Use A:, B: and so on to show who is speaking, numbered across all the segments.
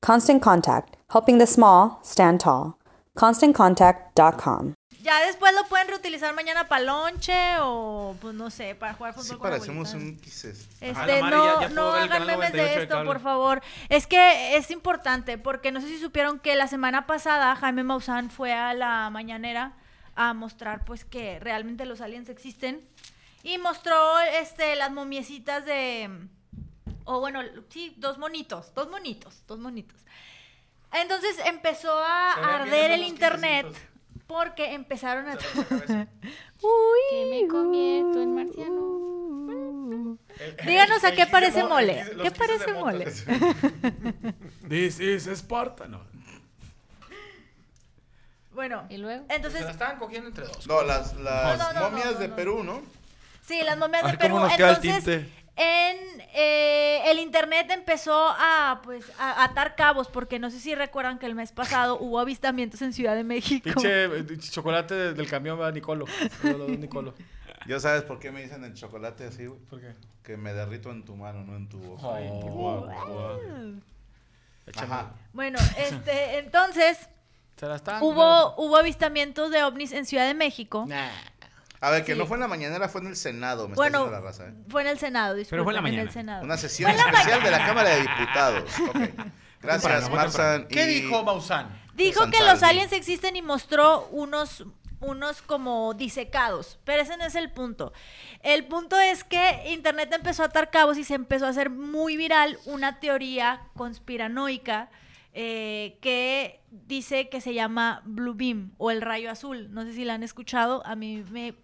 A: Constant Contact, helping the small stand tall. ConstantContact.com.
B: Ya después lo pueden reutilizar mañana para lonche o, pues no sé, para jugar fútbol
C: Sí,
B: con
C: parecemos
B: abuelitas.
C: un Kisses.
B: Este, no, no hagan memes de esto, por favor. Es que es importante, porque no sé si supieron que la semana pasada Jaime Maussan fue a la mañanera a mostrar pues que realmente los aliens existen. Y mostró este las momiecitas de. O bueno, sí, dos monitos, dos monitos, dos monitos. Entonces empezó a
C: Se ve que
B: arder
C: son
B: el
C: los
B: internet
C: quisecitos.
B: porque empezaron a.
D: Que me convierto en marciano.
B: Díganos a qué parece
C: parece
B: mole. ¿Qué parece mole?
C: This is Sparta. No,
B: Bueno,
D: Y luego.
B: entonces
E: estaban cogiendo entre dos.
C: no las, las
B: No, no, no,
C: momias
B: no,
C: de
B: no,
C: Perú, ¿no?
B: Sí, las momias de
E: Ay,
B: Perú.
E: cómo nos queda el
B: Entonces,
E: tinte.
B: en eh, el internet empezó a pues a atar cabos, porque no sé si recuerdan que el mes pasado hubo avistamientos en Ciudad de México.
E: Pinche eh, chocolate de- del camión, va Nicolo. Los dos Nicolo.
C: Ya sabes por qué me dicen el chocolate así, güey.
E: ¿Por qué?
C: Que me derrito en tu mano, no en tu boca. Ajá.
B: Bueno, este, entonces
E: Se la
C: Ah,
E: están.
B: hubo, hubo avistamientos de ovnis en Ciudad de México.
E: Nah.
C: A ver, que
B: Sí.
C: no fue en la mañanera, fue en el Senado, me
B: Bueno. Ah.
C: está diciendo la raza. ¿eh?
B: Fue en el Senado, disculpen,
F: Pero fue en la mañana.
B: el Senado.
C: Una sesión especial de la Cámara de Diputados. Ok. Gracias,
F: Temprano, muy
C: Marzan.
E: ¿Qué
C: y-
E: dijo Maussan?
B: Dijo
C: San
B: que los
C: Salvi.
B: aliens existen y mostró unos unos como disecados, pero ese no es el punto. El punto es que internet empezó a atar cabos y se empezó a hacer muy viral una teoría conspiranoica eh, que dice que se llama Blue Beam o el rayo azul. No sé si la han escuchado, a mí me...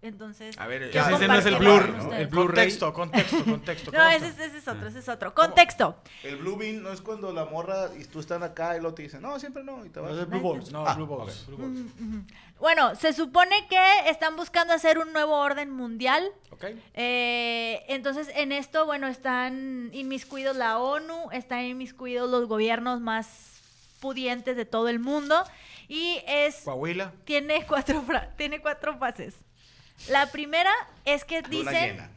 B: Entonces...
E: A ver,
B: yo
F: Que
E: Ya,
F: ese no es el
B: compartiré
F: blur,
B: con
C: ¿no?
B: ustedes.
F: el blur
E: Contexto, contexto, contexto.
B: No, ese es, ese es otro, ese es otro.
C: ¿Cómo?
B: Contexto.
C: El Blue Bean no es cuando la morra y tú están acá y luego te dicen, no, siempre no, y te vas.
E: No, es Blue Balls. No,
C: Ah,
E: Blue Balls. Blue Balls.
B: Bueno, se supone que están buscando hacer un nuevo orden mundial
E: ¿Ok?
B: Eh, entonces, en esto, bueno, están inmiscuidos la ONU, están inmiscuidos los gobiernos más pudientes de todo el mundo y es
E: Coahuila.
B: tiene cuatro fra- tiene cuatro fases. La primera es que
C: Luna
B: dicen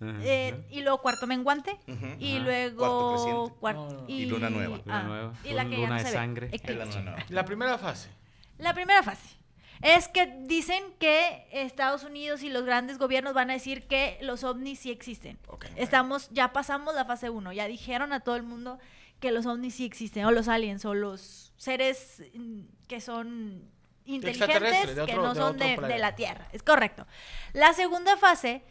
C: llena.
B: eh, y luego cuarto menguante
C: Ujú.
B: y
C: Cuarto
F: Ajá.
B: luego
C: creciente.
B: cuarto
E: No, no.
C: Y luna nueva.
F: Luna nueva.
B: y la que ya
F: Luna
B: no
F: de
B: se ve.
F: sangre.
B: Eclipse.
C: Es la nueva.
E: La primera fase.
B: La primera fase es que dicen que Estados Unidos y los grandes gobiernos van a decir que los ovnis sí existen.
E: Ok.
B: Estamos, ya pasamos la fase 1, ya dijeron a todo el mundo que los ovnis sí existen, o los aliens, o los seres mm, que son inteligentes
E: Extraterrestre, de
B: que
E: otro-
B: no
E: de
B: son
E: otro
B: de,
E: planeta.
B: de la Tierra. Es correcto. La segunda fase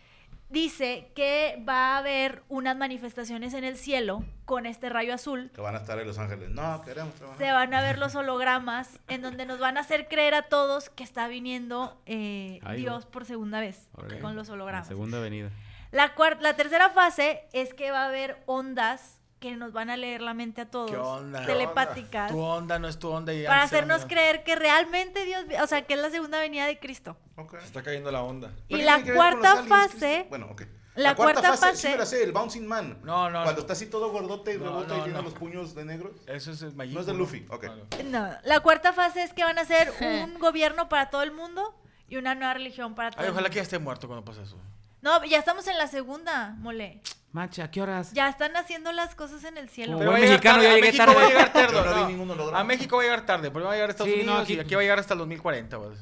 B: dice que va a haber unas manifestaciones en el cielo con este rayo azul.
C: Que van a estar en Los Ángeles. No, queremos trabajar.
B: Se van a ver los hologramas en donde nos van a hacer creer a todos que está viniendo eh,
F: Ay,
B: Dios
F: güey.
B: por segunda vez
F: Órale.
B: con los
F: La
B: hologramas.
F: segunda avenida.
B: La, cuar- la tercera fase es que va a haber ondas que nos van a leer la mente a todos.
E: ¿Qué onda?
B: Telepáticas.
E: Tu onda no es tu onda. Y
B: Para
E: hace
B: hacernos
E: onda.
B: creer que realmente Dios, vi- o sea, que es la segunda venida de Cristo.
C: Ok.
F: Se está cayendo la onda.
B: Y
C: ¿Pero
B: la
C: tiene que ver con
B: cuarta
C: los aliens,
B: fase-
C: Cristo? Bueno, ok.
B: la cuarta fase-
C: Sí me la sé, el Bouncing Man.
E: No, no,
C: Cuando
E: no.
C: está así todo gordote y
E: No,
C: rebota y
E: no,
C: tiene
E: no.
C: los puños de negros.
E: Eso es el
C: No es de Luffy, ok.
B: No, la cuarta fase es que van a ser un gobierno para todo el mundo y una nueva religión para todo
E: Ay,
B: el
E: ojalá
B: mundo.
E: que ya esté muerto cuando pase eso.
B: No, ya estamos en la segunda, mole.
F: Manche, ¿a qué horas?
B: Ya están haciendo las cosas en el cielo.
F: Como buen mexicano, ya llegué
E: A México va a
F: tarde.
E: llegar tarde.
C: Yo no vi
E: no.
C: ningún holograma.
E: a México va a llegar tarde. Primero va a llegar a Estados
F: Sí, no,
E: Unidos y
F: aquí-
E: aquí va a llegar hasta el 2040. Pues.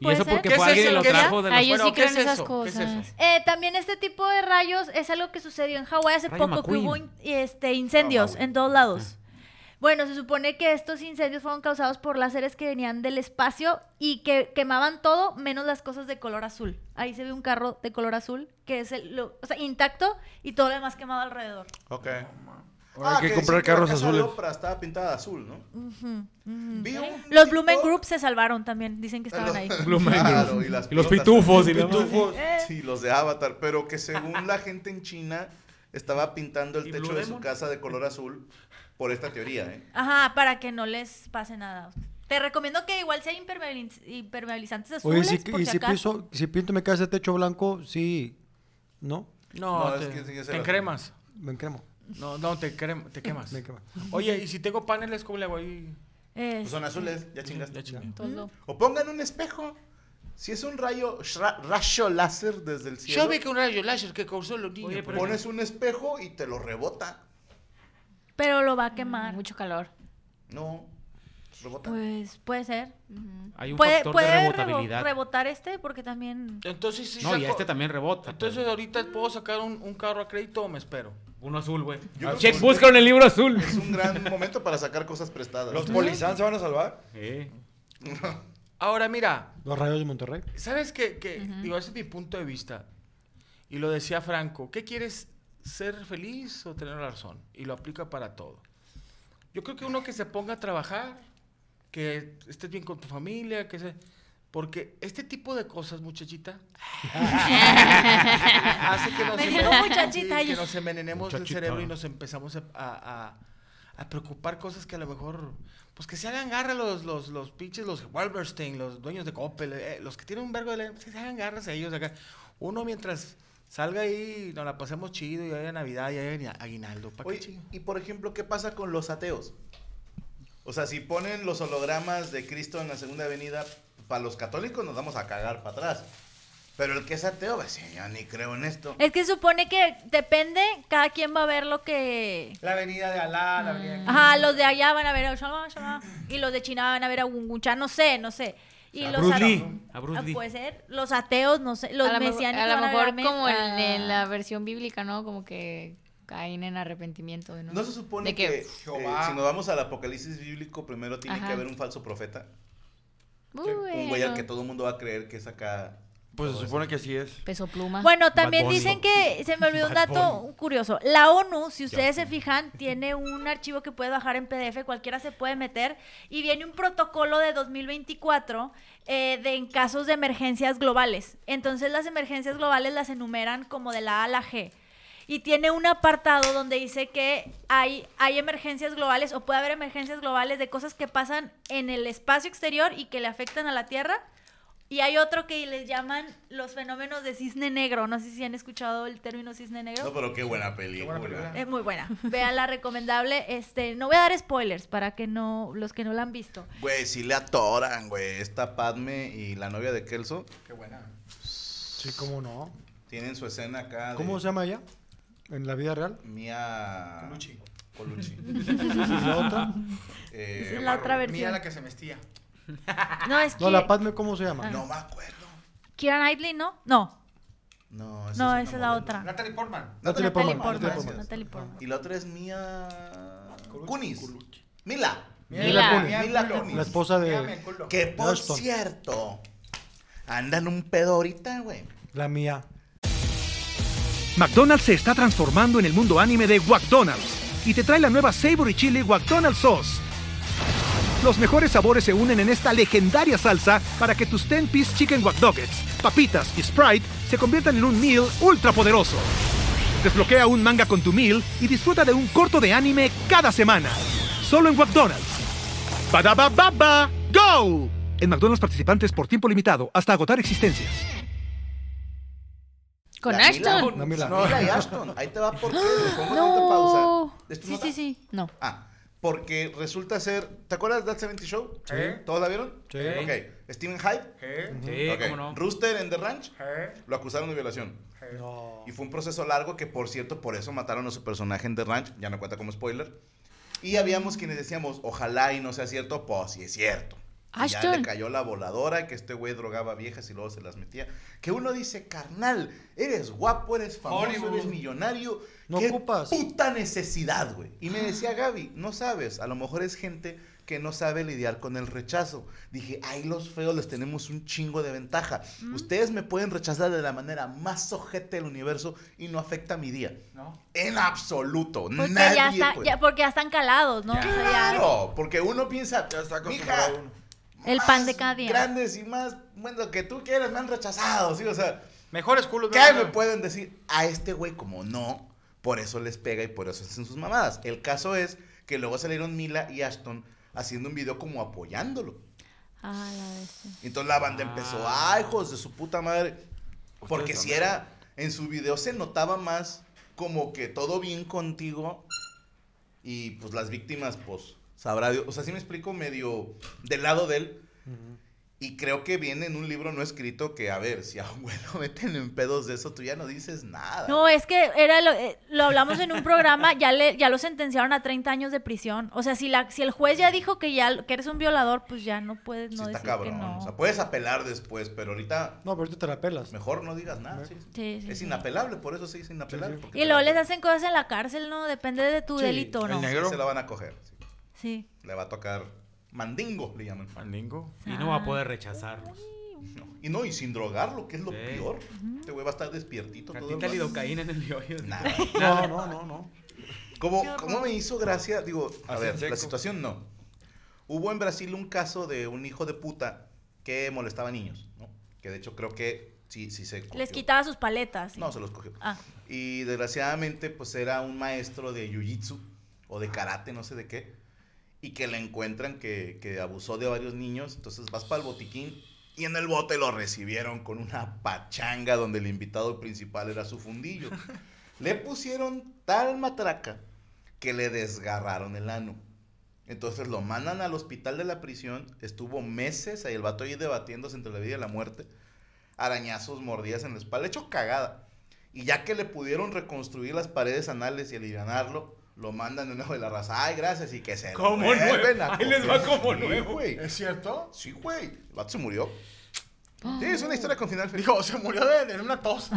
F: Y eso porque
E: ¿Qué
F: fue
E: es
F: alguien y
E: eso?
F: lo
E: ¿Qué es
F: trajo
E: eso?
F: de
D: Ah,
F: los...
D: yo sí
E: ¿qué
D: creo en
E: es
D: esas
E: eso? ¿Qué es
D: cosas.
E: eso?
B: Eh, también este tipo de rayos es algo que sucedió en Hawái hace
F: Rayo
B: poco, que
F: McQueen.
B: hubo in- este, incendios
C: Ah,
B: en todos lados. Bueno, se supone que estos incendios fueron causados por láseres que venían del espacio y que quemaban todo menos las cosas de color azul. Ahí se ve un carro de color azul que es el, lo- o sea, intacto y todo lo demás quemado alrededor.
C: Ok.
F: Ahora hay que
C: decían
F: comprar
C: la
F: carros
C: casa de
F: azules.
C: Oprah estaba pintada de azul, ¿no? Vi un
B: Eh, Los
C: TikTok-
B: Blumen Group se salvaron también, dicen que estaban ahí. Eh.
F: Blumen
C: Claro,
F: Group.
C: y, las
F: Y los
C: pelotas.
F: pitufos, y la madre.
C: pitufos. Sí, los de Avatar. Pero que según la gente en China estaba pintando el
F: ¿Y
C: techo
F: Blue
C: de su
F: Demon?
C: casa de color azul por esta teoría, ¿eh?
B: Ajá, para que no les pase nada. Te recomiendo que igual si hay impermeabiliz- impermeabilizantes
G: Oye,
B: azules,
G: si,
B: por
G: y
B: si
G: si,
B: acaso.
G: piso- si pinto mi casa de techo blanco, sí, ¿no?
E: No,
C: No,
E: te,
C: es que sí, ese
E: te
C: era-
E: cremas.
G: Me encremo.
E: No, no, te, crem- te quemas.
G: Me quema.
E: Oye, y si tengo paneles, ¿cómo le hago ahí?
B: Este.
C: Pues son azules, ya chingaste.
E: Ya chingué.
D: Todo.
C: O pongan un espejo. Si es un rayo, shra- rayo láser desde el cielo.
E: Yo vi que un rayo láser que causó los niños.
F: Oye,
E: por
F: pero-
E: ejemplo.
C: Pones un espejo y te lo rebota.
B: Pero lo va a quemar.
D: Mucho calor.
C: No, rebota.
B: Pues puede ser.
F: Hay un
B: Puede,
F: factor
B: puede
F: de
B: rebo-
F: rebotabilidad.
B: rebotar este porque también.
E: Entonces, si
F: No, y a
E: saco-
F: este también rebota.
E: Entonces, ahorita puedo sacar un, un carro a crédito o me espero.
F: Uno azul, güey.
C: Yo creo
F: Check,
C: que-
F: busca en el libro azul.
C: Es un gran momento para sacar cosas prestadas.
H: ¿Los polizán se van a salvar?
F: Eh,
E: Ahora, mira,
G: Los rayos de Monterrey.
E: ¿sabes qué? qué? Digo, ese es mi punto de vista. Y lo decía Franco, ¿qué quieres? ¿Ser feliz o tener la razón? Y lo aplica para todo. Yo creo que uno que se ponga a trabajar, que estés bien con tu familia, que se... Porque este tipo de cosas, muchachita, hace que nos,
B: Me
E: envenen-
B: dijo muchachita,
E: sí, que
B: y-
E: nos envenenemos el
F: Muchachita.
E: cerebro y nos empezamos a, a- a- a preocupar cosas que a lo mejor, pues que se hagan garra los, los, los pinches, los Wolverstein, los dueños de Coppel, eh, los que tienen un vergo de lana, que se hagan garras a ellos acá. Uno mientras salga ahí, nos la pasemos chido y haya Navidad y haya aguinaldo. ¿pa' qué
C: Oye,
E: chingo?
C: y por ejemplo, ¿qué pasa con los ateos? O sea, si ponen los hologramas de Cristo en la segunda avenida, para los católicos nos vamos a cagar para atrás. Pero el que es ateo, pues, sí, yo ni creo en esto.
B: Es que supone que depende, cada quien va a ver lo que.
E: La avenida de Alá, la avenida...
D: Mm.
B: Ajá, los de allá van a ver a Oshamá, Oshamá, y los de China van a ver a Wunguncha, no sé, no sé. Y
F: A
B: los
F: Bruce
B: at-
F: Lee, a Bruce
B: Ah,
F: Lee.
B: Puede ser, los ateos, no sé, los
D: a lo mejor,
B: mesiánicos.
D: a lo
B: van ver
D: mejor ah.
B: mes-
D: como en,
B: a- Ah.
D: en la versión bíblica, ¿no? Como que caen en arrepentimiento. ¿no?
C: ¿No se supone
D: De que-
C: que eh,
E: Jehová.
C: si nos vamos al apocalipsis bíblico, primero tiene
D: Ajá.
C: que haber un falso profeta? Un
D: Bueno,
C: güey al que todo el mundo va a creer que es acá.
H: Pues se
C: todo
H: supone
C: eso.
H: que sí es.
D: Peso pluma.
B: Bueno, también
F: Bunny.
B: dicen que se me olvidó un dato curioso. La ONU, si ustedes se fijan, tiene un archivo que puedes bajar en PDF, cualquiera se puede meter, y viene un protocolo de 2024 eh, de en casos de emergencias globales. Entonces las emergencias globales las enumeran como de la A a la G. Y tiene un apartado donde dice que hay, hay emergencias globales o puede haber emergencias globales de cosas que pasan en el espacio exterior y que le afectan a la Tierra. Y hay otro que les llaman los fenómenos de cisne negro. No sé si han escuchado el término cisne negro.
C: No, pero qué buena película.
B: Es muy buena. Vean la recomendable. Este, no voy a dar spoilers para que no los que no la han visto.
C: Güey, sí le atoran, güey. Esta Padme y la novia de Kelso
E: Qué buena.
G: Sí, cómo no.
C: tienen su escena
H: Ah,
C: acá. de-
G: ¿Cómo se llama ella? En la vida real.
H: Ah,
C: Mía.
E: Colucci.
C: Colucci.
G: La otra.
C: Eh,
B: Esa es la otra
E: Mira
B: versión. Ah,
E: la que se vestía.
B: No, es
G: No,
B: Ki-
G: la Padme, ¿cómo se
D: Ah.
G: llama?
C: No me acuerdo.
B: Kira Knightley, ¿no? No,
C: Ah, No,
B: no,
C: una
B: esa es la
C: modelo.
B: otra.
E: Natalie Portman.
G: Natalie
B: Natalie
G: Portman.
B: Portman.
G: Natalie
C: Gracias.
B: Natalie Portman.
C: Y la otra es Mía. Kunis. Mila.
D: Mila
C: Mila Kunis.
G: La esposa de.
C: Que por
G: Ashton.
C: cierto, andan un pedo ahorita, güey.
G: La mía.
H: McDonald's se está transformando en el mundo anime de McDonald's y te trae la nueva Savory Chili McDonald's Sauce. Los mejores sabores se unen en esta legendaria salsa para que tus 10-piece chicken wack doggets, papitas y Sprite se conviertan en un meal ultra poderoso. Desbloquea un manga con tu meal y disfruta de un corto de anime cada semana. Solo en McDonald's. Badaba baba go. En McDonald's participantes por tiempo limitado hasta agotar existencias.
D: Con
C: La
D: Ashton. ¡Ah!
C: Mila-
G: La Mila.
C: Mila y Ashton. Ahí te va porque. Le pongo tantita pausa. ¿Esto
D: Sí,
C: no
D: sí,
C: da?
D: sí. No.
C: Ah, porque resulta ser. ¿Te acuerdas de That 70 Show?
F: Sí.
C: ¿Todos la vieron?
G: Sí.
C: Ok. Steven Hyde.
F: Sí,
C: Ok.
F: cómo no.
C: Rooster en The Ranch.
F: Sí.
C: Lo acusaron de violación.
G: No.
C: Y fue un proceso largo que, por cierto, por eso mataron a su personaje en The Ranch. Ya no cuenta como spoiler. Y habíamos quienes decíamos, ojalá y no sea cierto. Pues sí es cierto. Y Ya le
D: Ashton.
C: cayó la voladora, que este güey drogaba viejas y luego se las metía. Que uno dice, carnal, eres guapo, eres famoso,
F: Hollywood.
C: eres millonario.
G: No
C: ¿Qué
G: ocupas".
C: puta necesidad, güey? Y me decía Gaby, no sabes, a lo mejor es gente que no sabe lidiar con el rechazo. Dije, ay, los feos les tenemos un chingo de ventaja. Ustedes me pueden rechazar de la manera más ojete del universo y no afecta mi día.
F: No.
C: En absoluto.
B: Porque
C: Nadie,
B: ya, está-
C: güey.
B: ya- porque ya están calados, ¿no? O sea, ya-
C: Claro, porque uno piensa,
I: Ya está
C: "Mija,
I: acostumbrado uno.
B: El
C: más
B: pan de cada día.
C: Grandes y más, bueno, lo que tú quieras, me han rechazado, ¿sí? O sea,
E: Mejores culos.
C: ¿qué
E: ¿verdad?
C: me pueden decir? A este güey, como no, por eso les pega y por eso hacen sus mamadas. El caso es que luego salieron Mila y Ashton haciendo un video como apoyándolo.
D: Ah, la bestia.
C: Entonces la banda empezó, ay, hijos de su puta madre. Porque si era, en su video se notaba más como que todo bien contigo y pues las víctimas, pues, sabrá Dios. O sea, sí me explico medio del lado de él. Y creo que viene en un libro no escrito que, a ver, si a un güey lo meten en pedos de eso, tú ya no dices nada.
B: No, es que era lo, eh, lo hablamos en un programa, ya le, ya lo sentenciaron a 30 años de prisión. O sea, si la, si el juez ya dijo que ya que eres un violador, pues ya no puedes
C: Sí
B: no
C: está
B: decir que
C: cabrón.
B: no.
C: O sea, puedes apelar después, pero ahorita
G: No, pero ahorita te la pelas.
C: mejor no digas nada. sí, sí.
B: Sí, sí,
C: es
B: sí.
C: inapelable, por eso se dice inapelable. porque
B: y
C: te
B: luego
C: la-
B: les hacen cosas en la cárcel, ¿no? Depende de tu
G: Sí,
B: delito, ¿no?
C: Sí,
E: negro.
C: se la van a coger. sí.
B: Sí.
C: Le va a tocar mandingo, le llaman.
E: Mandingo.
F: Y no va a poder rechazarlos.
C: Y no, y sin drogarlo, que es lo
F: Sí.
C: peor. Este güey va a estar despiertito todo el
F: Ratita
C: rato.
F: lidocaína en el yoyo.
C: Nada.
G: No, no, no, no.
C: ¿Cómo, cómo me hizo gracia? Digo, a
E: Así
C: ver,
E: en
C: la
E: seco.
C: situación no. Hubo en Brasil un caso de un hijo de puta que molestaba a niños, ¿no? Que de hecho creo que sí, sí se cogió.
B: Les quitaba sus paletas. sí.
C: No, se los cogió.
B: Ah.
C: Y desgraciadamente, pues era un maestro de jiu-jitsu o de karate, no sé de qué. Y que le encuentran que, que abusó de varios niños. Entonces vas para el botiquín y en el bote lo recibieron con una pachanga donde el invitado principal era su fundillo. le pusieron tal matraca que le desgarraron el ano. Entonces lo mandan al hospital de la prisión. Estuvo meses ahí el vato ahí debatiéndose entre la vida y la muerte. Arañazos, mordidas en la espalda, hecho cagada. Y ya que le pudieron reconstruir las paredes anales y alivianarlo, lo mandan de nuevo de la raza. Ay, gracias. Y que se lo
F: Como
C: vuelven
F: nuevo.
C: a
F: Ahí les va
C: coger.
F: como
C: Sí,
F: nuevo.
C: güey.
I: ¿Es cierto?
C: Sí, güey. El vato se murió. Sí, es una historia con final feliz.
E: Digo, se murió de, de una tos.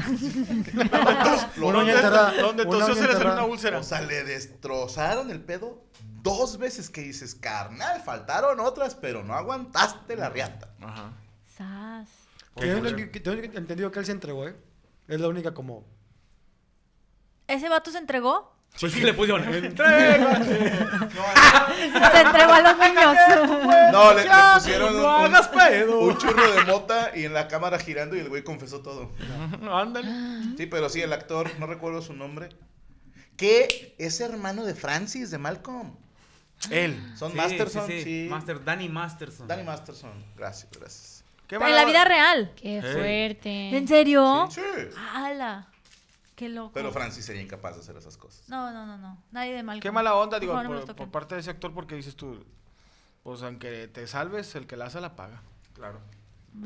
C: Lo-
G: Una uña enterrada.
E: Donde
G: una
E: tosió se
G: uña
E: le salió
G: enterrada.
E: una úlcera.
C: o sea, le destrozaron el pedo dos veces que dices, carnal, faltaron otras, pero no aguantaste la riata.
E: Ajá.
B: Sas.
G: Tengo enten- que- tengo entendido que él se entregó, ¿eh? Es la única como.
B: ¿Ese vato se entregó?
F: Pues sí le pusieron.
J: Se entregó a los niños.
E: pues
C: No, le, le pusieron
F: no
C: un, un-
F: hagas pedo.
C: un churro de mota y en la cámara girando y el güey confesó todo.
E: Ándale.
C: Sí, pero sí, el actor, no recuerdo su nombre, que es hermano de Francis, de Malcolm.
E: Él.
C: Son
F: Sí,
C: Masterson,
F: sí,
C: sí.
F: sí. Master, Danny Masterson.
C: Danny Masterson, gracias, gracias.
E: ¿Qué
B: En la vida real.
D: Qué
E: Hey.
D: fuerte.
B: ¿En serio?
C: Sí,
B: ¡Hala! ¡Qué loco!
C: Pero Francis sería incapaz de hacer esas cosas.
B: No, no, no, no. Nadie de mal.
E: Qué mala onda, digo,
B: Por
E: por,
B: favor, no me los toquen.
E: por parte de ese actor, porque dices tú, pues aunque te salves, el que la hace la paga.
I: Claro.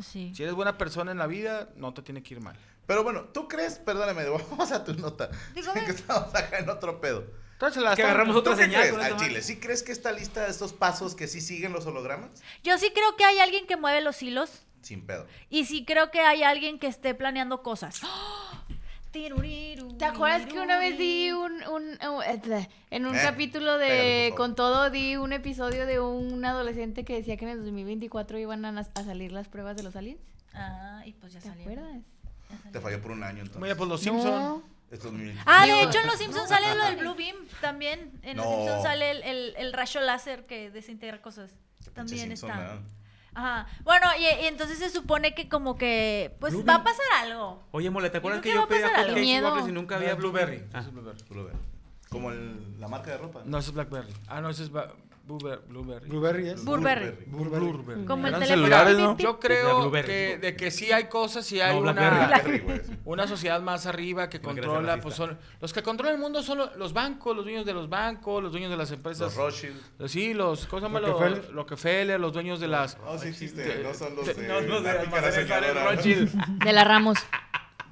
B: Sí.
E: Si eres buena persona en la vida, no te tiene que ir mal.
C: Pero bueno, ¿tú crees? Perdóname, vamos a tu nota.
B: Dígame.
C: Que estamos acá en otro pedo.
E: Entonces, la
F: Que agarramos
C: ¿Tú
F: otra
C: qué
F: señal.
C: crees?
F: con esta
C: Al
F: madre.
C: Chile, ¿sí crees que está lista de estos pasos que sí siguen los hologramas?
B: Yo sí creo que hay alguien que mueve los hilos
C: Sin pedo.
B: y sí creo que hay alguien que esté planeando cosas. Tiruriru,
D: ¿Te acuerdas que una vez
B: tiruriru.
D: di un, un- un- en un
C: Eh,
D: capítulo
C: pégale,
D: de
C: por favor.
D: con todo di un episodio de un adolescente que decía que en el 2024 iban a, nas- a salir las pruebas de los aliens?
B: Ah, y pues ya
D: ¿Te
B: salió.
D: acuerdas?
C: Te falló por un año entonces.
E: Mira, pues los
D: No.
E: Simpson.
C: Esto es mil-
B: Ah, de hecho en Los Simpsons sale lo del Blue Beam también. En Los
C: No.
B: Simpsons sale el, el- el rayo láser que desintegra cosas.
C: Qué pinche
B: También
C: Simpson,
B: está.
C: ¿verdad?
B: Ajá. Bueno, y, y entonces se supone que como que pues
F: Blue
B: va a
F: Beam.
B: pasar algo.
F: Oye, mole, ¿te acuerdas
B: creo
F: que
B: que va
F: yo
B: a
F: pedía
B: pasar algo.
F: hotcakes y
D: Miedo.
F: waffles y nunca había blueberry?
C: Ah, tú lo ves. Como el- la marca de ropa.
E: No, ese es Blackberry. Ah, no, ese es Ba- Blueber- Blueberry.
G: Blueberry es.
B: Burberry.
G: Burberry.
E: Blueberry.
B: Como el
F: Eran
B: teléfono.
F: celulares,
B: pip,
F: ¿no?
B: pip.
E: Yo creo
F: Blueberry.
E: que, de que sí hay cosas, sí hay
F: No,
E: una,
F: Blackberry.
C: Blackberry, Ah, güey. sí.
E: una sociedad más arriba que
F: Me quedé
E: controla.
F: racista.
E: Pues son, los que controlan el mundo son lo- los bancos, los dueños de los bancos, los dueños de las empresas. Eh,
C: Los Rothschild.
E: Sí, los, ¿cómo se llama?
G: Rockefeller.
E: Los Rockefeller, los dueños de las...
C: No, sí existe. No son los de.
F: Oh, No, no, de
C: la pícara
F: almacenes Karen
C: señora.
F: Rothschild.
D: De la Ramos.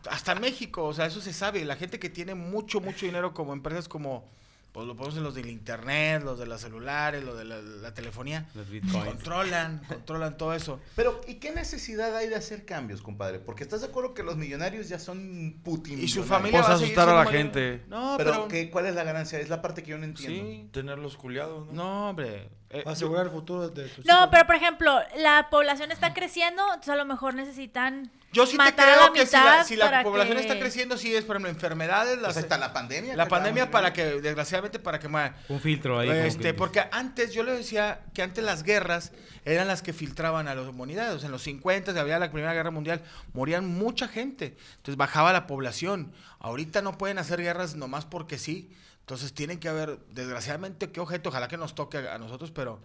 E: Hasta México, o sea, eso se sabe. La gente que tiene mucho, mucho dinero como empresas como... Pues lo ponemos en los del internet, los de los celulares, los de la, la telefonía.
F: Los bitcoins.
E: Controlan, controlan todo eso.
C: Pero, ¿y qué necesidad hay de hacer cambios, compadre? Porque estás de acuerdo que los millonarios ya son Putin.
E: Y su familia
F: Pues
E: va a seguir
F: asustar a la
E: siendo mayor.
F: gente.
E: No,
C: pero,
E: pero...
C: ¿qué- ¿cuál es la ganancia? Es la parte que yo no entiendo.
E: Sí.
F: Tenerlos culiados, ¿no?
E: No, hombre. Eh,
G: Asegurar el futuro de tus hijos.
B: No, pero por ejemplo, la población está creciendo, entonces a lo mejor necesitan
E: yo sí te
B: matar a
E: creo
B: la
E: que si la,
B: mitad
E: si la
B: para
E: población
B: que-
E: está creciendo, sí es, por ejemplo, enfermedades,
C: O
E: las-
C: sea, Pues está la pandemia.
E: la
C: que
E: pandemia
C: estábamos
E: para
C: viviendo.
E: que, desgraciadamente, para que... ma-
F: Un filtro ahí. como
E: Este,
F: que-
E: porque antes, yo le decía que antes las guerras eran las que filtraban a la humanidad. O sea, en los 50 había la Primera Guerra Mundial, morían mucha gente. Entonces bajaba la población. Ahorita no pueden hacer guerras nomás porque sí. Entonces tienen que haber, desgraciadamente, qué objeto, ojalá que nos toque a, a nosotros, pero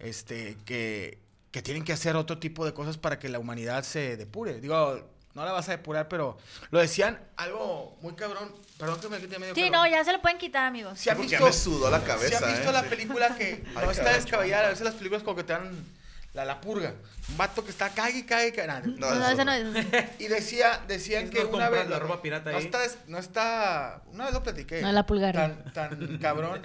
E: este, que, que tienen que hacer otro tipo de cosas para que la humanidad se depure. Digo, no la vas a depurar, pero lo decían algo muy cabrón. Perdón que me quite medio.
B: Sí,
E: pero-
B: no, ya se lo pueden quitar, amigos.
E: ¿Sí han
C: Porque ya
E: visto-
C: me sudó la
E: si
C: cabeza.
E: has visto
C: ¿eh?
E: la película que
C: Ay,
E: no está
C: caray.
E: descabellada, a veces las películas como que te dan la, la purga. Un vato que está cague y cague y cague. Nah,
C: No, eso no.
E: Y decía, decían
F: Es
E: que
F: no
E: una
F: comprar
E: vez.
F: la ropa pirata
E: no
F: ahí.
E: Está, des- no está. Una vez lo platiqué.
D: No, la pulgarra.
E: Tan, tan cabrón.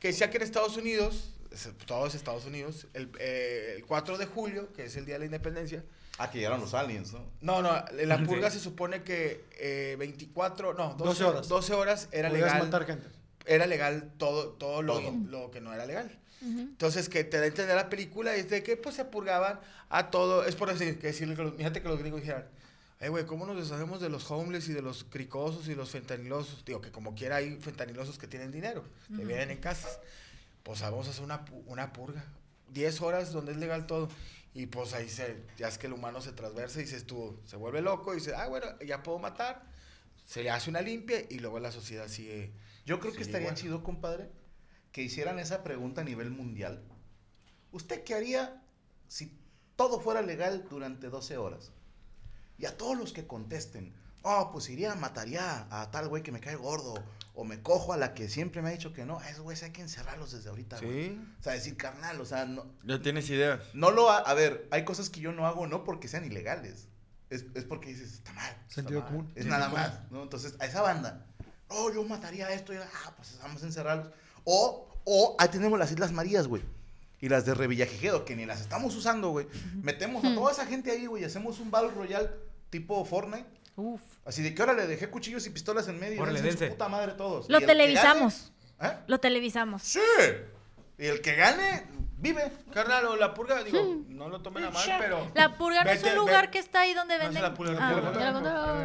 E: Que decía que en Estados Unidos, es- todos Estados Unidos, el, eh, el 4 de julio, que es el día de la independencia.
C: Ah, que llegaron los aliens, ¿no?
E: No, no, la purga se supone que eh, 24, no, 12,
G: 12 horas.
E: 12 horas era
G: Podías
E: legal
G: matar gente.
E: era legal todo, todo, lo,
C: Todo.
E: lo que no era legal. Entonces, que te da a entender la película es de que pues se purgaban a todo. Es por decir, que decirle que los, fíjate que los gringos dijeran, eh, güey, ¿cómo nos deshacemos de los homeless y de los cricosos y los fentanilosos? Digo, que como quiera hay fentanilosos que tienen dinero, que vienen en casas. Pues ah, vamos a hacer una, pu- una purga. 10 horas donde es legal todo. Y pues ahí se, ya es que el humano se transversa y dices tú, se vuelve loco y dice, ah, bueno, ya puedo matar. Se le hace una limpia y luego la sociedad sigue.
C: Yo creo que
E: Sí,
C: estaría
E: bueno.
C: chido, compadre, que hicieran esa pregunta a nivel mundial. ¿Usted qué haría si todo fuera legal durante 12 horas? Y a todos los que contesten, oh, pues iría, mataría a tal güey que me cae gordo, o me cojo a la que siempre me ha dicho que no, a esos güeyes hay que encerrarlos desde ahorita, güey.
F: Sí.
C: O sea, decir, carnal, o sea, no,
F: Ya tienes ideas.
C: no lo... ha- a ver, hay cosas que yo no hago no porque sean ilegales, es, es porque dices, está mal. está
G: Sentido
C: mal".
G: común.
C: Es nada más, ¿no? Entonces, a esa banda, oh, yo mataría a esto, y, ah, pues vamos a encerrarlos. O, o, ahí tenemos las Islas Marías, güey. Y las de Revillagigedo, que ni las estamos usando, güey. Metemos a toda esa gente ahí, güey, y hacemos un Battle Royale tipo Fortnite.
K: Uf.
C: Así de que ahora le dejé cuchillos y pistolas en medio
F: Órale,
C: y dense su
F: dense.
C: puta madre todos.
B: Lo
C: Y el que
B: televisamos.
C: gane- ¿Eh?
B: Lo televisamos.
C: Sí. Y el que gane, vive.
E: Carnal, o la purga, digo, no lo tomen a mal, pero.
B: Hmm. La purga no es
E: Vete,
B: un lugar
E: ve-
B: que está ahí donde
E: No, es
B: venden.
E: la purga.
B: Ah,
E: ya
B: bueno.
E: la
D: ya
E: conté,
D: la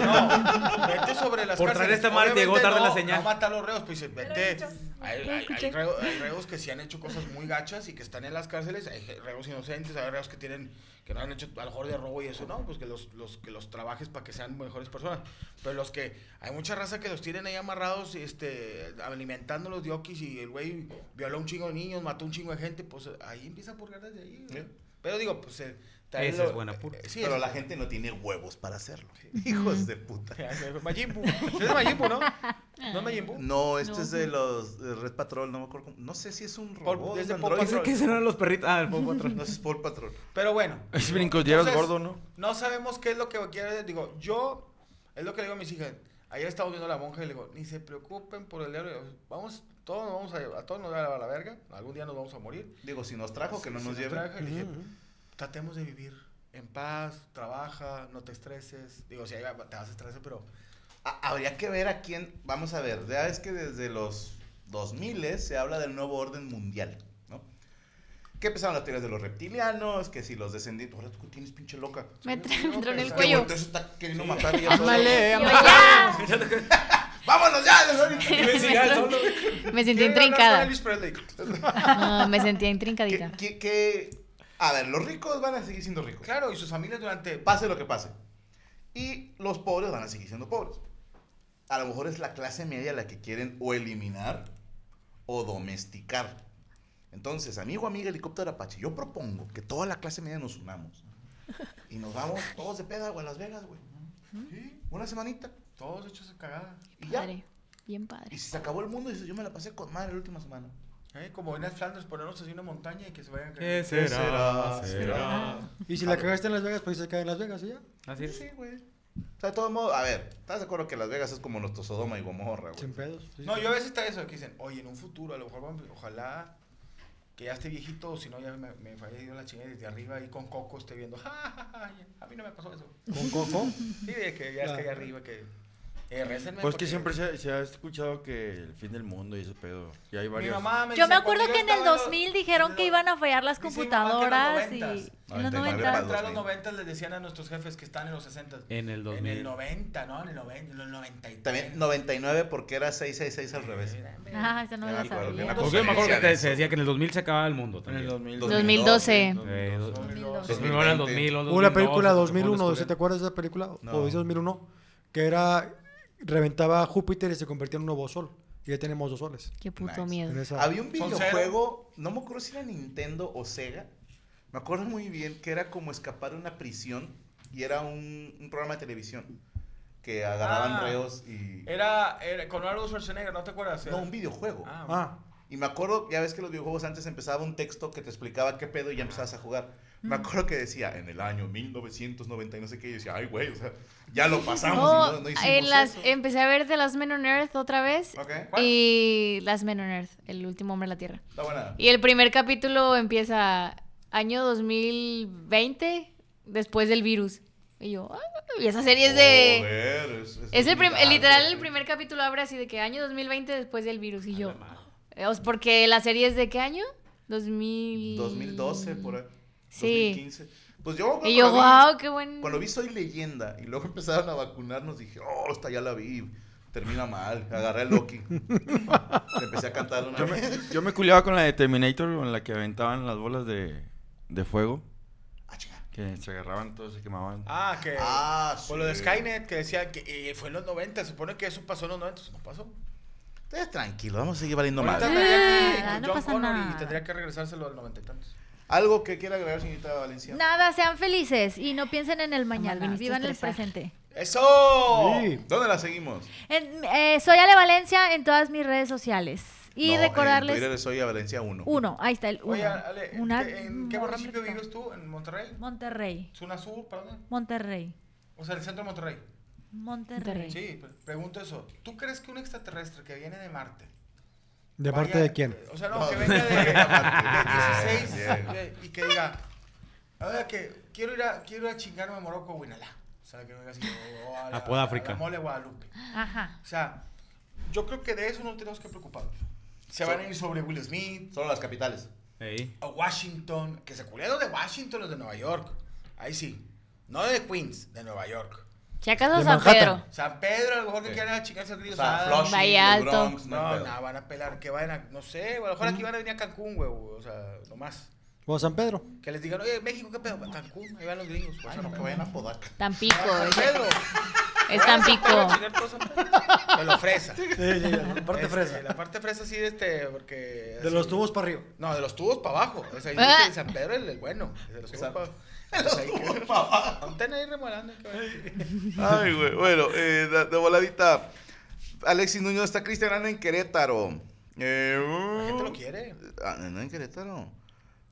E: ya la conté. No, vete sobre las
F: Por traer
E: cárceles.
F: esta madre llegó
E: Obviamente
F: tarde la
E: no-
F: señal.
E: No mata a los reos, pues dices, vete. Hay, hay- hay reo- hay reos que sí han hecho cosas muy gachas y que están en las cárceles. Hay reos inocentes, hay reos que tienen que no han hecho a lo mejor de robo y eso, no, pues que los, los que los trabajes para que sean mejores personas. Pero los que hay mucha raza que los tienen ahí amarrados, este, alimentando los diokis y el güey violó un chingo de niños, mató un chingo de gente, pues ahí empieza a purgar desde ahí. güey.
C: Sí.
E: Pero digo, pues eh,
F: Esa es
E: traerlo-
F: buena purga.
E: eh, sí,
C: pero
E: es-
C: la gente no tiene huevos para hacerlo. Hijos de puta.
E: Majin Buu. Sí Es Majin Buu, ¿no? No es Majin Buu.
C: No, este es de los de Red Patrol, no me acuerdo cómo- No sé si es un
E: Paul-
C: robot.
E: es de
C: un
E: Paul
C: androide.
F: Pensé que eran los perritos. Ah, el Paw Patrol.
C: No, ese es Paul Patrol.
E: Pero bueno.
F: Es
E: digo,
F: brincodieras
E: entonces,
F: gordo, ¿no?
E: No sabemos qué es lo que quiere. Digo, yo. Es lo que le digo a mis hijas. Ayer estaba viendo a la monja y le digo, ni se preocupen por el diablo. Vamos, todos nos vamos a, a todos nos va a la verga. Algún día nos vamos a morir.
C: Digo, si nos trajo, que no
E: Si
C: nos lleve.
E: traje, le dije, tratemos de vivir en paz, trabaja, no te estreses. Digo, si hay- te vas a estresar, pero
C: Ha- Habría que ver a quién. Vamos a ver, ya es que desde los 2000 se habla del nuevo orden mundial, ¿no? Que empezaron las teorías de los reptilianos, que si los descendientes. Ahora tú tienes pinche loca.
D: Me tra- me tronó el
C: Este
D: cuello.
C: volteo, se está queriendo matar y ya
D: Ámale,
C: solo.
D: ámale.
C: ¡Vámonos ya!
D: Me tronó- me sentí
C: Quiero hablar con
D: intrincada.
C: Elvis Presley.
D: No, me sentía intrincadita.
C: ¿Qué, qué- A ver, los ricos van a seguir siendo ricos.
E: Claro, y sus familias durante.
C: Pase lo que pase. Y los pobres van a seguir siendo pobres. A lo mejor es la clase media la que quieren o eliminar o domesticar. Entonces, amigo, amiga, helicóptero Apache, yo propongo que toda la clase media nos unamos. Y nos vamos todos de peda, güey, a Las Vegas, güey.
E: Sí,
C: Una semanita.
E: todos hechos de cagada.
C: Y ya.
D: Padre. Bien padre.
C: Y si se acabó el mundo, dices, yo me la pasé con madre la última semana.
E: ¿Eh? Como en las Flanders, ponernos así en una montaña y que se vayan
F: ¿Qué
E: cayendo.
F: será?
C: será?
F: ¿Será?
G: Y si la cagaste en Las Vegas, pues se cae en Las Vegas y ya.
F: Así es.
C: Sí, güey. O sea, de todo modo, a ver, ¿estás de acuerdo que Las Vegas es como nuestro Sodoma y Gomorra, güey?
G: Sin pedos.
F: Pues
G: sí.
E: No, yo a veces está eso, que dicen, oye, en un futuro, a lo mejor, vamos- ojalá que ya esté viejito, o si no, ya me, me haya ido la chingada desde arriba y con Coco este- esté viendo, "Ja, ja, ja, ya". a mí no me pasó eso.
G: ¿Con Coco?
E: Sí, de que ya está allá arriba, que... Eh, récenme
F: Pues
E: porque-
F: que siempre se, ha- se ha escuchado que el fin del mundo y ese pedo. Y hay
E: Mi
F: varios.
E: mamá me
B: Yo
E: dice,
B: me acuerdo
E: cuando yo
B: que en el
E: estaba
B: 2000 dijeron que iban a fallar las
E: Dice mi mamá que en los este
B: computadoras y...
E: 90s.
B: En los
C: 90s.
B: 90.
E: Entrar a los 90 les decían a nuestros jefes que están en los 60.
I: En el 2000.
E: En el 90, ¿no? En el 90, en los 93.
C: También 99 porque era 666 al revés.
B: Ah, esa no
C: Ya
B: la
C: me acuerdo,
B: sabía.
C: ya
I: Porque yo me acuerdo que te- se decía que en el 2000 se acababa el mundo
F: En el
I: también.
F: 2000.
D: 2012.
F: 2012.
I: Eh,
B: 2002.
I: 2001 al 2000 o
G: Hubo la
I: 2002,
G: película
I: se te fue
G: 2001,
I: descubriendo.
G: ¿se te acuerdas de esa película?
C: No.
G: O dice 2001, que era. Reventaba Júpiter y se convertía en un nuevo sol. Y ya tenemos dos soles.
D: Qué puto
C: Nice.
G: En
D: miedo.
G: esa-
C: Había un
E: Son
C: videojuego, no me acuerdo si era Nintendo o Sega. Me acuerdo muy bien que era como escapar de una prisión y era un, un programa de televisión que agarraban
E: Ah.
C: reos y.
E: Era, era con Arnold Schwarzenegger, ¿no te acuerdas?
C: No, un videojuego.
E: Ah, bueno.
G: Ah,
C: Y me acuerdo, ya ves que los videojuegos antes empezaba un texto que te explicaba qué pedo y ya empezabas a jugar. Me
D: Mm.
C: acuerdo que decía, en el año 1990 y no sé qué, y yo decía, ay, güey, o sea, ya lo pasamos y
D: Oh,
C: no, no hicimos
D: en las,
C: eso".
D: empecé a ver The Last Men on Earth otra vez.
C: Ok.
D: Y Last Men on Earth, el último hombre en la Tierra.
C: Está buena.
D: Y el primer capítulo empieza año 2020, después del virus. Y yo, ah, y esa serie es de...
C: Joder, es, es
D: Es el, prim- el
C: largo,
D: literal,
C: sí.
D: el primer capítulo abre así de que año 2020 después del virus. Y yo, eh, os- porque la serie es de qué año? 2000...
C: 2012, por ahí.
D: Sí.
C: 2015. Pues yo.
D: Y yo,
C: cuando vi-
D: wow, qué buen...
C: Cuando vi Soy Leyenda y luego empezaron a vacunarnos, dije, oh, esta ya la vi. Termina mal. Agarré el Loki. Le empecé a cantar una
F: Yo me,
C: vez.
F: yo me culiaba con la de Terminator, con la que aventaban las bolas de, de fuego.
C: Ah, chinga.
F: Que se agarraban todos, se quemaban.
E: Ah, que...
C: Ah,
E: Por lo de
C: sí.
E: Skynet, que decían que eh, fue en los 90, se supone que eso pasó en los 90, no pasó.
C: Ustedes tranquilos, vamos a seguir valiendo
E: Ahorita
C: mal.
E: tendría que-
B: Ah,
E: con
B: no
E: John
B: pasa
E: Connor y
B: nada.
E: tendría que regresárselo al 90 y tantos.
C: Algo que quiera agregar, señorita Valencia.
B: Nada, sean felices y no piensen en el mañana,
D: viniste a
B: vivan el
D: estresar.
B: presente.
E: ¡Eso!
G: sí.
C: ¿Dónde la seguimos?
B: En- eh, soy Ale Valencia en todas mis redes sociales. Y
C: No, en
B: recordarles...
C: Twitter soy a Valencia 1.
B: Uno, ahí está el uno.
E: Oye, Ale, ¿en
B: Una-
E: qué- ¿en qué
B: morra
E: municipio
B: blanca.
E: vives tú? ¿En Monterrey?
B: Monterrey,
E: ¿Zona Sur, perdón?
B: Monterrey,
E: O sea, el centro de Monterrey.
B: Monterrey.
E: Sí, pre- pregunto eso. ¿Tú crees que un extraterrestre que viene de Marte...
G: ¿De
E: vaya-
G: parte de quién?
E: O sea, no,
C: No,
E: que
C: de-
E: venga de, de
C: Bien,
E: 16
C: bien.
E: de- y que diga... A ver, que quiero ir a, quiero ir a chingarme a Morocco o Guinalá. O sea, que venga así... o a la-
I: A Podáfrica.
E: a la mole Guadalupe.
B: Ajá.
E: O sea, yo creo que de eso no tenemos que preocuparnos. Se van a ir sobre Will Smith,
C: Solo las capitales.
I: Ey.
E: a Washington, que se culé los de Washington, los de Nueva York. Ahí sí. No de Queens, de Nueva York.
D: Si acaso
G: De
D: San
G: Manhattan.
D: Pedro.
E: San Pedro, a lo mejor que
C: Sí.
E: quieran a chingarse el
C: O
E: grillo.
C: sea,
E: asado.
C: Flushing,
D: Vaya
C: el
D: alto.
C: Bronx, no, hay
E: No,
C: pedo.
E: no, van a pelar, que vayan a, no sé, a lo mejor aquí van a venir a Cancún, güey, o sea, nomás.
G: ¿O San Pedro?
E: Que les digan, oye, México, ¿qué pedo? Cancún, ahí van los gringos. pues,
C: Ay,
E: San
C: no, que
E: Pedro.
C: vayan a Podaca.
D: Tampico.
E: Ah, San
D: Es,
E: Pedro.
D: es Tampico.
E: Van a chingar todo San Pedro. Me lo fresa.
G: Sí, sí, la parte
E: Este,
G: fresa.
E: La parte fresa sí, este, porque...
G: De los
E: así-
G: tubos para arriba.
E: No, de los tubos para abajo. O sea, ahí
D: Ah.
E: dice San Pedro el, el bueno. De los tubos
C: San-
E: para abajo. Anten ahí remolando. ¿qué va a decir?
C: Ay, güey. Bueno, eh, de, de voladita. Alexis Nuño está Cristian Arana en Querétaro. Eh,
E: La gente lo quiere.
C: Ah, no, en Querétaro.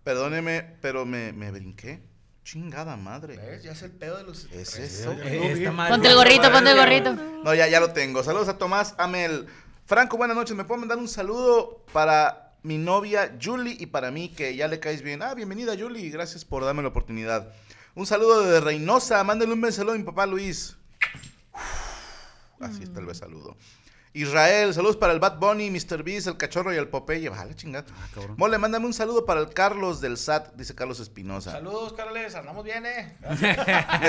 C: Perdóneme, pero me, me brinqué. Chingada madre.
E: ¿Ves? Ya es el pedo de los...
C: ¿Es eso?
I: Eh, esta madre-
D: Ponte el gorrito, ponte el gorrito.
C: No, ya, ya lo tengo. Saludos a Tomás Amel. Franco, buenas noches. ¿Me puedo mandar un saludo para mi novia Julie y para mí, que ya le caes bien? Ah, bienvenida, Julie. Gracias por darme la oportunidad. Un saludo de Reynosa. Mándale un beso a mi papá Luis. Así está el saludo. Israel, saludos para el Bad Bunny, Mr. Beast, el Cachorro y el Popeye. Vale, chingada. Mole, mándame un saludo para el Carlos del SAT, dice Carlos Espinosa.
E: Saludos, Carles. Andamos bien, ¿eh?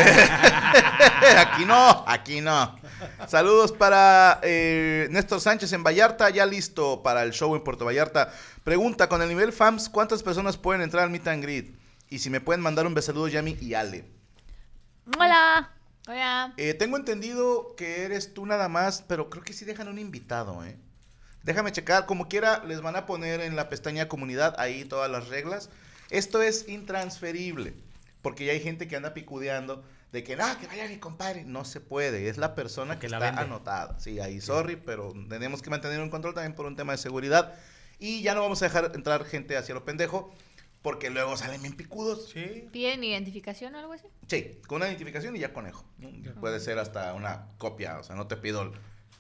C: aquí no, aquí no. Saludos para eh, Néstor Sánchez en Vallarta, ya listo para el show en Puerto Vallarta. Pregunta, con el nivel FAMS, ¿cuántas personas pueden entrar al Meet and Greet? Y si me pueden mandar un besaludo, Yami y Ale.
B: Hola.
D: Hola.
C: Eh, tengo entendido que eres tú nada más, pero creo que sí dejan un invitado, ¿eh? Déjame checar, como quiera, les van a poner en la pestaña comunidad ahí todas las reglas. Esto es intransferible, porque ya hay gente que anda picudeando de que, no, que vaya mi compadre. No se puede, es la persona que,
I: la
C: está
I: vende.
C: anotada. Sí, ahí, sorry, pero tenemos que mantener un control también por un tema de seguridad. Y ya no vamos a dejar entrar gente hacia lo pendejo, porque luego salen bien picudos.
E: Sí.
D: ¿Piden identificación o algo así?
C: Sí, con una identificación y ya conejo. Puede ser hasta una copia, o sea, no te pido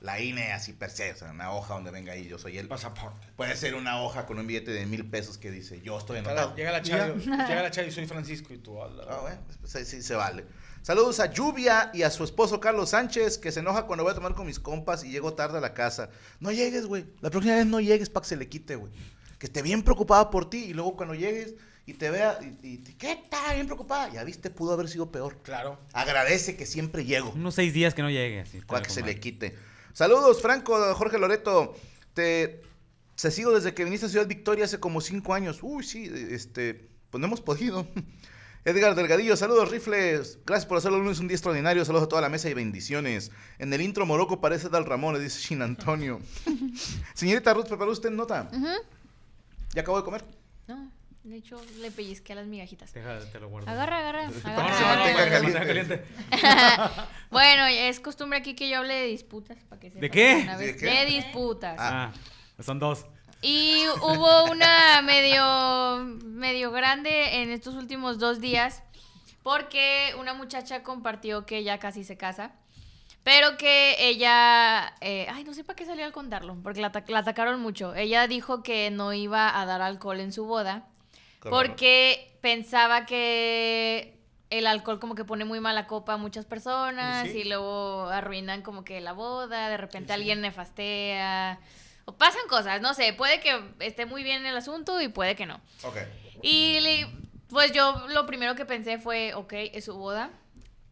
C: la INE así per se, o sea, una hoja donde venga ahí, yo soy el
E: Pasaporte.
C: Puede ser una hoja con un billete de mil pesos que dice, yo estoy
E: Llega la-
C: anotado.
E: Llega la
C: Ya.
E: Chayo. Llega la Chayo, soy Francisco y tú. ala.
C: Ah, bueno, pues, sí, sí, se vale. Saludos a Lluvia y a su esposo Carlos Sánchez, que se enoja cuando voy a tomar con mis compas y llego tarde a la casa. No llegues, güey. La próxima vez no llegues para que se le quite, güey. Que esté bien preocupada por ti y luego cuando llegues y te vea y, y- ¿qué está bien preocupada? Ya viste, pudo haber sido peor.
E: Claro.
C: Agradece que siempre llego.
I: Unos seis días que no llegue. así,
C: Para que
I: con
C: se
I: madre.
C: le quite. Saludos, Franco, Jorge Loreto. Te, te sigo desde que viniste a Ciudad Victoria hace como cinco años. Uy, sí, este, pues no hemos podido. Edgar Delgadillo, saludos, Rifles. Gracias por hacerlo el lunes un día extraordinario. Saludos a toda la mesa y bendiciones. En el intro Moroco parece Dal Ramón, le dice Shin Antonio. Señorita Ruth, ¿preparó usted nota?
D: Ujú.
C: Ya acabo de comer.
D: No, de hecho le pellizqué a las migajitas.
I: Deja, te lo guardo.
D: Agarra, agarra.
I: No, no,
D: agarra,
I: no, no,
D: agarra,
I: no, no,
C: mantenga
D: agarra.
I: no, no,
C: caliente.
I: caliente.
D: bueno, es costumbre aquí que yo hable de disputas. Para que sepan
I: ¿De qué?
D: que una vez-
C: ¿De qué?
D: de disputas.
I: Ah, son dos.
D: Y hubo una medio, medio grande en estos últimos dos días porque una muchacha compartió que ya casi se casa, pero que ella, eh, ay, no sé para qué salió al contarlo, porque la, ata- la atacaron mucho. Ella dijo que no iba a dar alcohol en su boda porque pensaba que Eh, el alcohol como que pone muy mala copa a muchas personas
E: Y sí.
D: y luego arruinan como que la boda, de repente alguien nefastea. O pasan cosas, no sé, puede que esté muy bien el asunto y puede que no.
C: Ok.
D: Y le- pues yo lo primero que pensé fue, ok, es su boda.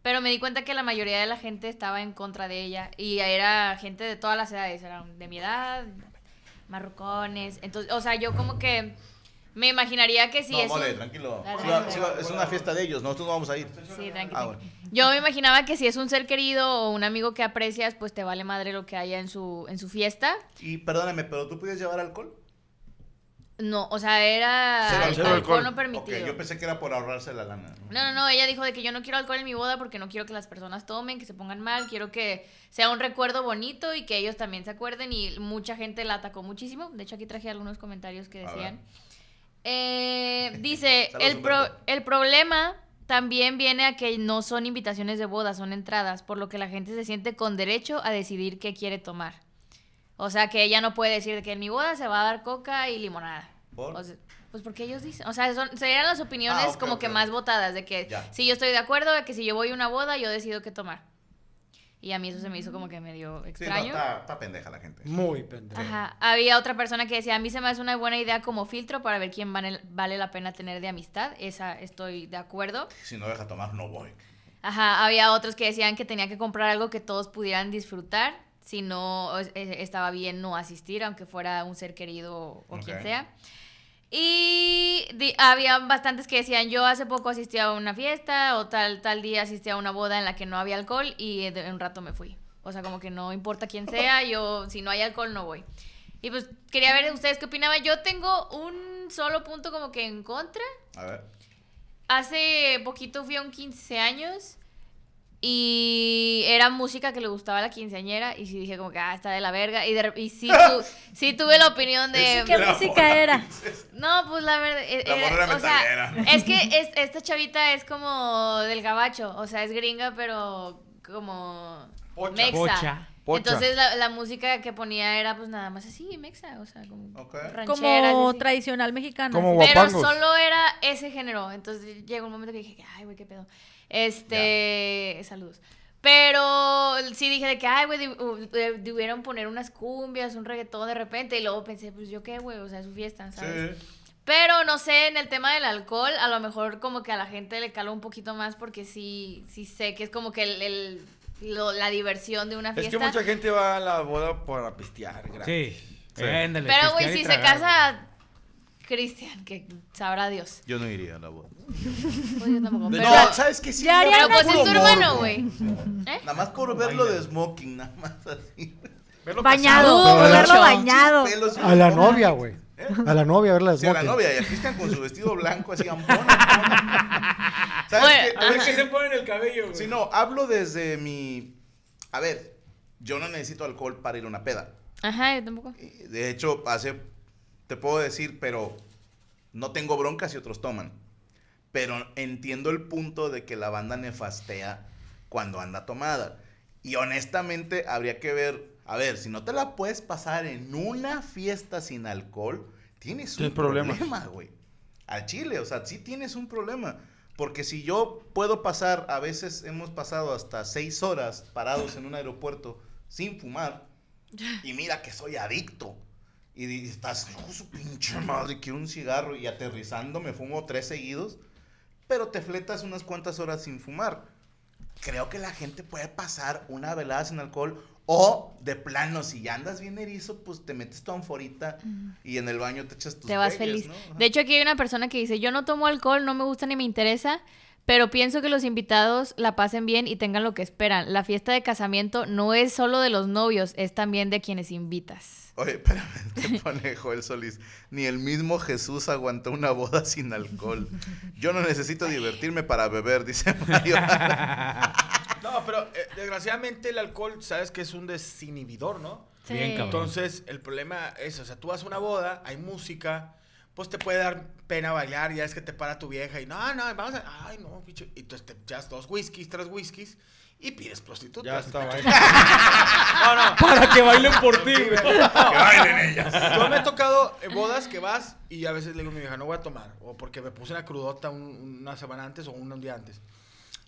D: Pero me di cuenta que la mayoría de la gente estaba en contra de ella. Y era gente de todas las edades. Eran de mi edad, marrocones. Entonces, o sea, yo como que me imaginaría que sí
C: no,
D: es.
C: mole,
D: un-
C: tranquilo.
D: Dale,
C: Sí va-
D: dale.
C: sí va- es una fiesta de ellos, nosotros no vamos a ir.
D: Sí, tranqui,
C: Ah,
D: tranqui.
C: bueno.
D: Yo me imaginaba que si es un ser querido o un amigo que aprecias, pues te vale madre lo que haya en su, en su fiesta.
C: Y perdóname, pero ¿tú podías llevar alcohol?
D: No, o sea, era
C: Cero
D: Ah, alcohol, no permitido.
C: Ok, yo pensé que era por ahorrarse la lana. ¿no?
D: No, no, no, ella dijo de que yo no quiero alcohol en mi boda porque no quiero que las personas tomen, que se pongan mal, quiero que sea un recuerdo bonito y que ellos también se acuerden y mucha gente la atacó muchísimo. De hecho, aquí traje algunos comentarios que
C: A ver.
D: decían. Eh, dice,
C: Saludos,
D: el, pro-
C: Humberto.
D: el problema también viene a que no son invitaciones de boda, son entradas, por lo que la gente se siente con derecho a decidir qué quiere tomar. O sea, que ella no puede decir de que en mi boda se va a dar coca y limonada.
C: ¿Por?
D: O sea, pues porque ellos dicen, o sea, son, serían las opiniones
C: Ah, ok,
D: como
C: ok.
D: que más votadas, de que
C: Ya.
D: si yo estoy de acuerdo, de que si yo voy a una boda, yo decido qué tomar. Y a mí eso se me hizo como que medio
C: Sí, no,
D: extraño.
C: está, está pendeja la gente.
G: Muy pendejo.
D: Ajá. Había otra persona que decía, a mí se me hace una buena idea como filtro para ver quién vale, vale la pena tener de amistad. Esa estoy de acuerdo.
C: Si no deja tomar, no voy.
D: Ajá, había otros que decían que tenía que comprar algo que todos pudieran disfrutar, si no es- es- estaba bien no asistir, aunque fuera un ser querido o quien
C: Ok.
D: sea. Y di- había bastantes que decían, yo hace poco asistí a una fiesta o tal, tal día asistí a una boda en la que no había alcohol y de un rato me fui. O sea, como que no importa quién sea, yo si no hay alcohol no voy. Y pues quería ver ustedes qué opinaban. Yo tengo un solo punto como que en contra.
C: A ver.
D: Hace poquito fui a un 15 años y era música que le gustaba a la quinceañera y sí dije como que, ah, está de la verga. Y, de rep- y sí, tu- sí tuve la opinión de...
B: ¿Qué
C: La
B: música
C: morra,
B: era?
C: dices.
D: No, pues la verdad... eh,
C: La
D: eh,
C: morra era
D: o sea,
C: metalera.
D: es que es- esta chavita es como del gabacho, o sea, es gringa, pero como
I: Pocha.
D: mexa.
I: Pocha. Pocha.
D: Entonces la, la música que ponía era pues nada más así, mexa, o sea, como ranchera.
B: Como
D: así.
B: tradicional mexicana.
D: Pero
B: sí.
D: solo era ese género. Entonces llegó un momento que dije, que, ay, güey, qué pedo. Este, saludos. Pero sí dije de que, ay, güey, deb- u- de- debieron poner unas cumbias, un reggaetón de repente. Y luego pensé, pues yo qué, güey, o sea, es su fiesta, ¿sabes? Pero no sé, en el tema del alcohol, a lo mejor como que a la gente le caló un poquito más porque sí, sí sé que es como que el, el- lo- la diversión de una
L: Es
D: fiesta.
L: que mucha gente va a la boda para pistear. gratis.
I: Sí. Ándale,
D: Pero, güey, si se casa Cristian, que sabrá Dios.
C: Yo no iría a la boda.
D: Pues yo tampoco,
C: De-
D: pero-
C: no, ¿sabes qué? Sí,
D: Ya
C: nada
D: haría
C: más
D: Pero pues es
C: puro
D: tu hermano,
C: morbo.
D: güey. ¿Eh?
C: Nada más por verlo de smoking, nada más así.
D: Ah,
B: Bañado,
G: casado.
B: por
G: Pero-
B: verlo
G: Mucho.
B: bañado.
C: Pelos y-
G: A la novia, güey. A la novia, a verla de
C: Sí, a la
G: smoking.
C: novia, y a Cristian con su vestido blanco así ambona. ambona. ¿Sabes
I: Oye,
C: qué?
I: ajá.
C: Pero es que
I: se pone en el cabello, güey.
C: Sí, no, hablo desde mi... A ver, yo no necesito alcohol para ir a una peda.
D: Ajá, yo tampoco.
C: De hecho, hace... Te puedo decir, pero no tengo broncas si otros toman. Pero entiendo el punto de que la banda nefastea cuando anda tomada. Y honestamente habría que ver, a ver, si no te la puedes pasar en una fiesta sin alcohol, tienes un
F: Tienes problemas.
C: problema, güey. Al chile, o sea, sí tienes un problema. Porque si yo puedo pasar, a veces hemos pasado hasta seis horas parados en un aeropuerto sin fumar, y mira que soy adicto. Y di- estás, hijo de su pinche madre, quiero un cigarro. Y aterrizando me fumo tres seguidos. Pero te fletas unas cuantas horas sin fumar. Creo que la gente puede pasar una velada sin alcohol. O de plano, si ya andas bien erizo, pues te metes tu anforita y en el baño te echas tus
D: Te vas
C: pegues,
D: feliz.
C: ¿no?
D: De hecho, aquí hay una persona que dice, yo no tomo alcohol, no me gusta ni me interesa, pero pienso que los invitados la pasen bien y tengan lo que esperan. La fiesta de casamiento no es solo de los novios, es también de quienes invitas.
C: Oye, espérame, te pone Joel Solís. Ni el mismo Jesús aguantó una boda sin alcohol. Yo no necesito divertirme para beber, dice Mario.
E: No, pero eh, desgraciadamente el alcohol, sabes que es un desinhibidor, ¿no?
I: Sí. Bien, cabrón.
E: Entonces, el problema es, o sea, tú vas a una boda, hay música, pues te puede dar pena bailar, ya es que te para tu vieja y no, no, vamos a, ay, no, bicho. Y entonces te echas dos whiskies, tres whiskies y pides prostitutas.
I: Ya está,
E: Entonces-
I: baila.
E: No, no.
I: Para que bailen por ti, güey.
E: Que
I: bailen ellas.
E: Yo me he tocado eh, bodas que vas y a veces le digo a mi vieja, no voy a tomar, o porque me puse una crudota un- una semana antes o un, un día antes.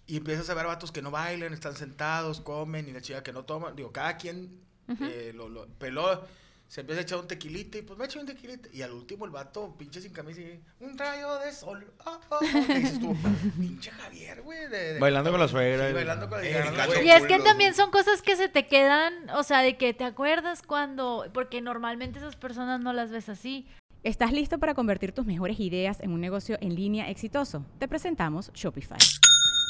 E: Y empiezas a ver vatos que no bailan, están sentados, comen, y la chica que no toma. Digo, cada quien
I: Ujú.
E: eh, lo, lo- peló, se empieza a echar un tequilita y pues me echa un tequilita. Y al último el vato, pinche sin camisa, y un rayo de sol. ah, ah, ah. Y dices tú, pinche Javier, güey. de- de-
F: Bailando con la suegra. Eh,
E: Sí, bailando con la
B: Y es que también son cosas que se te quedan, o sea, de que te acuerdas cuando, porque normalmente esas personas no las ves así.
K: ¿Estás listo para convertir tus mejores ideas en un negocio en línea exitoso? Te presentamos Shopify.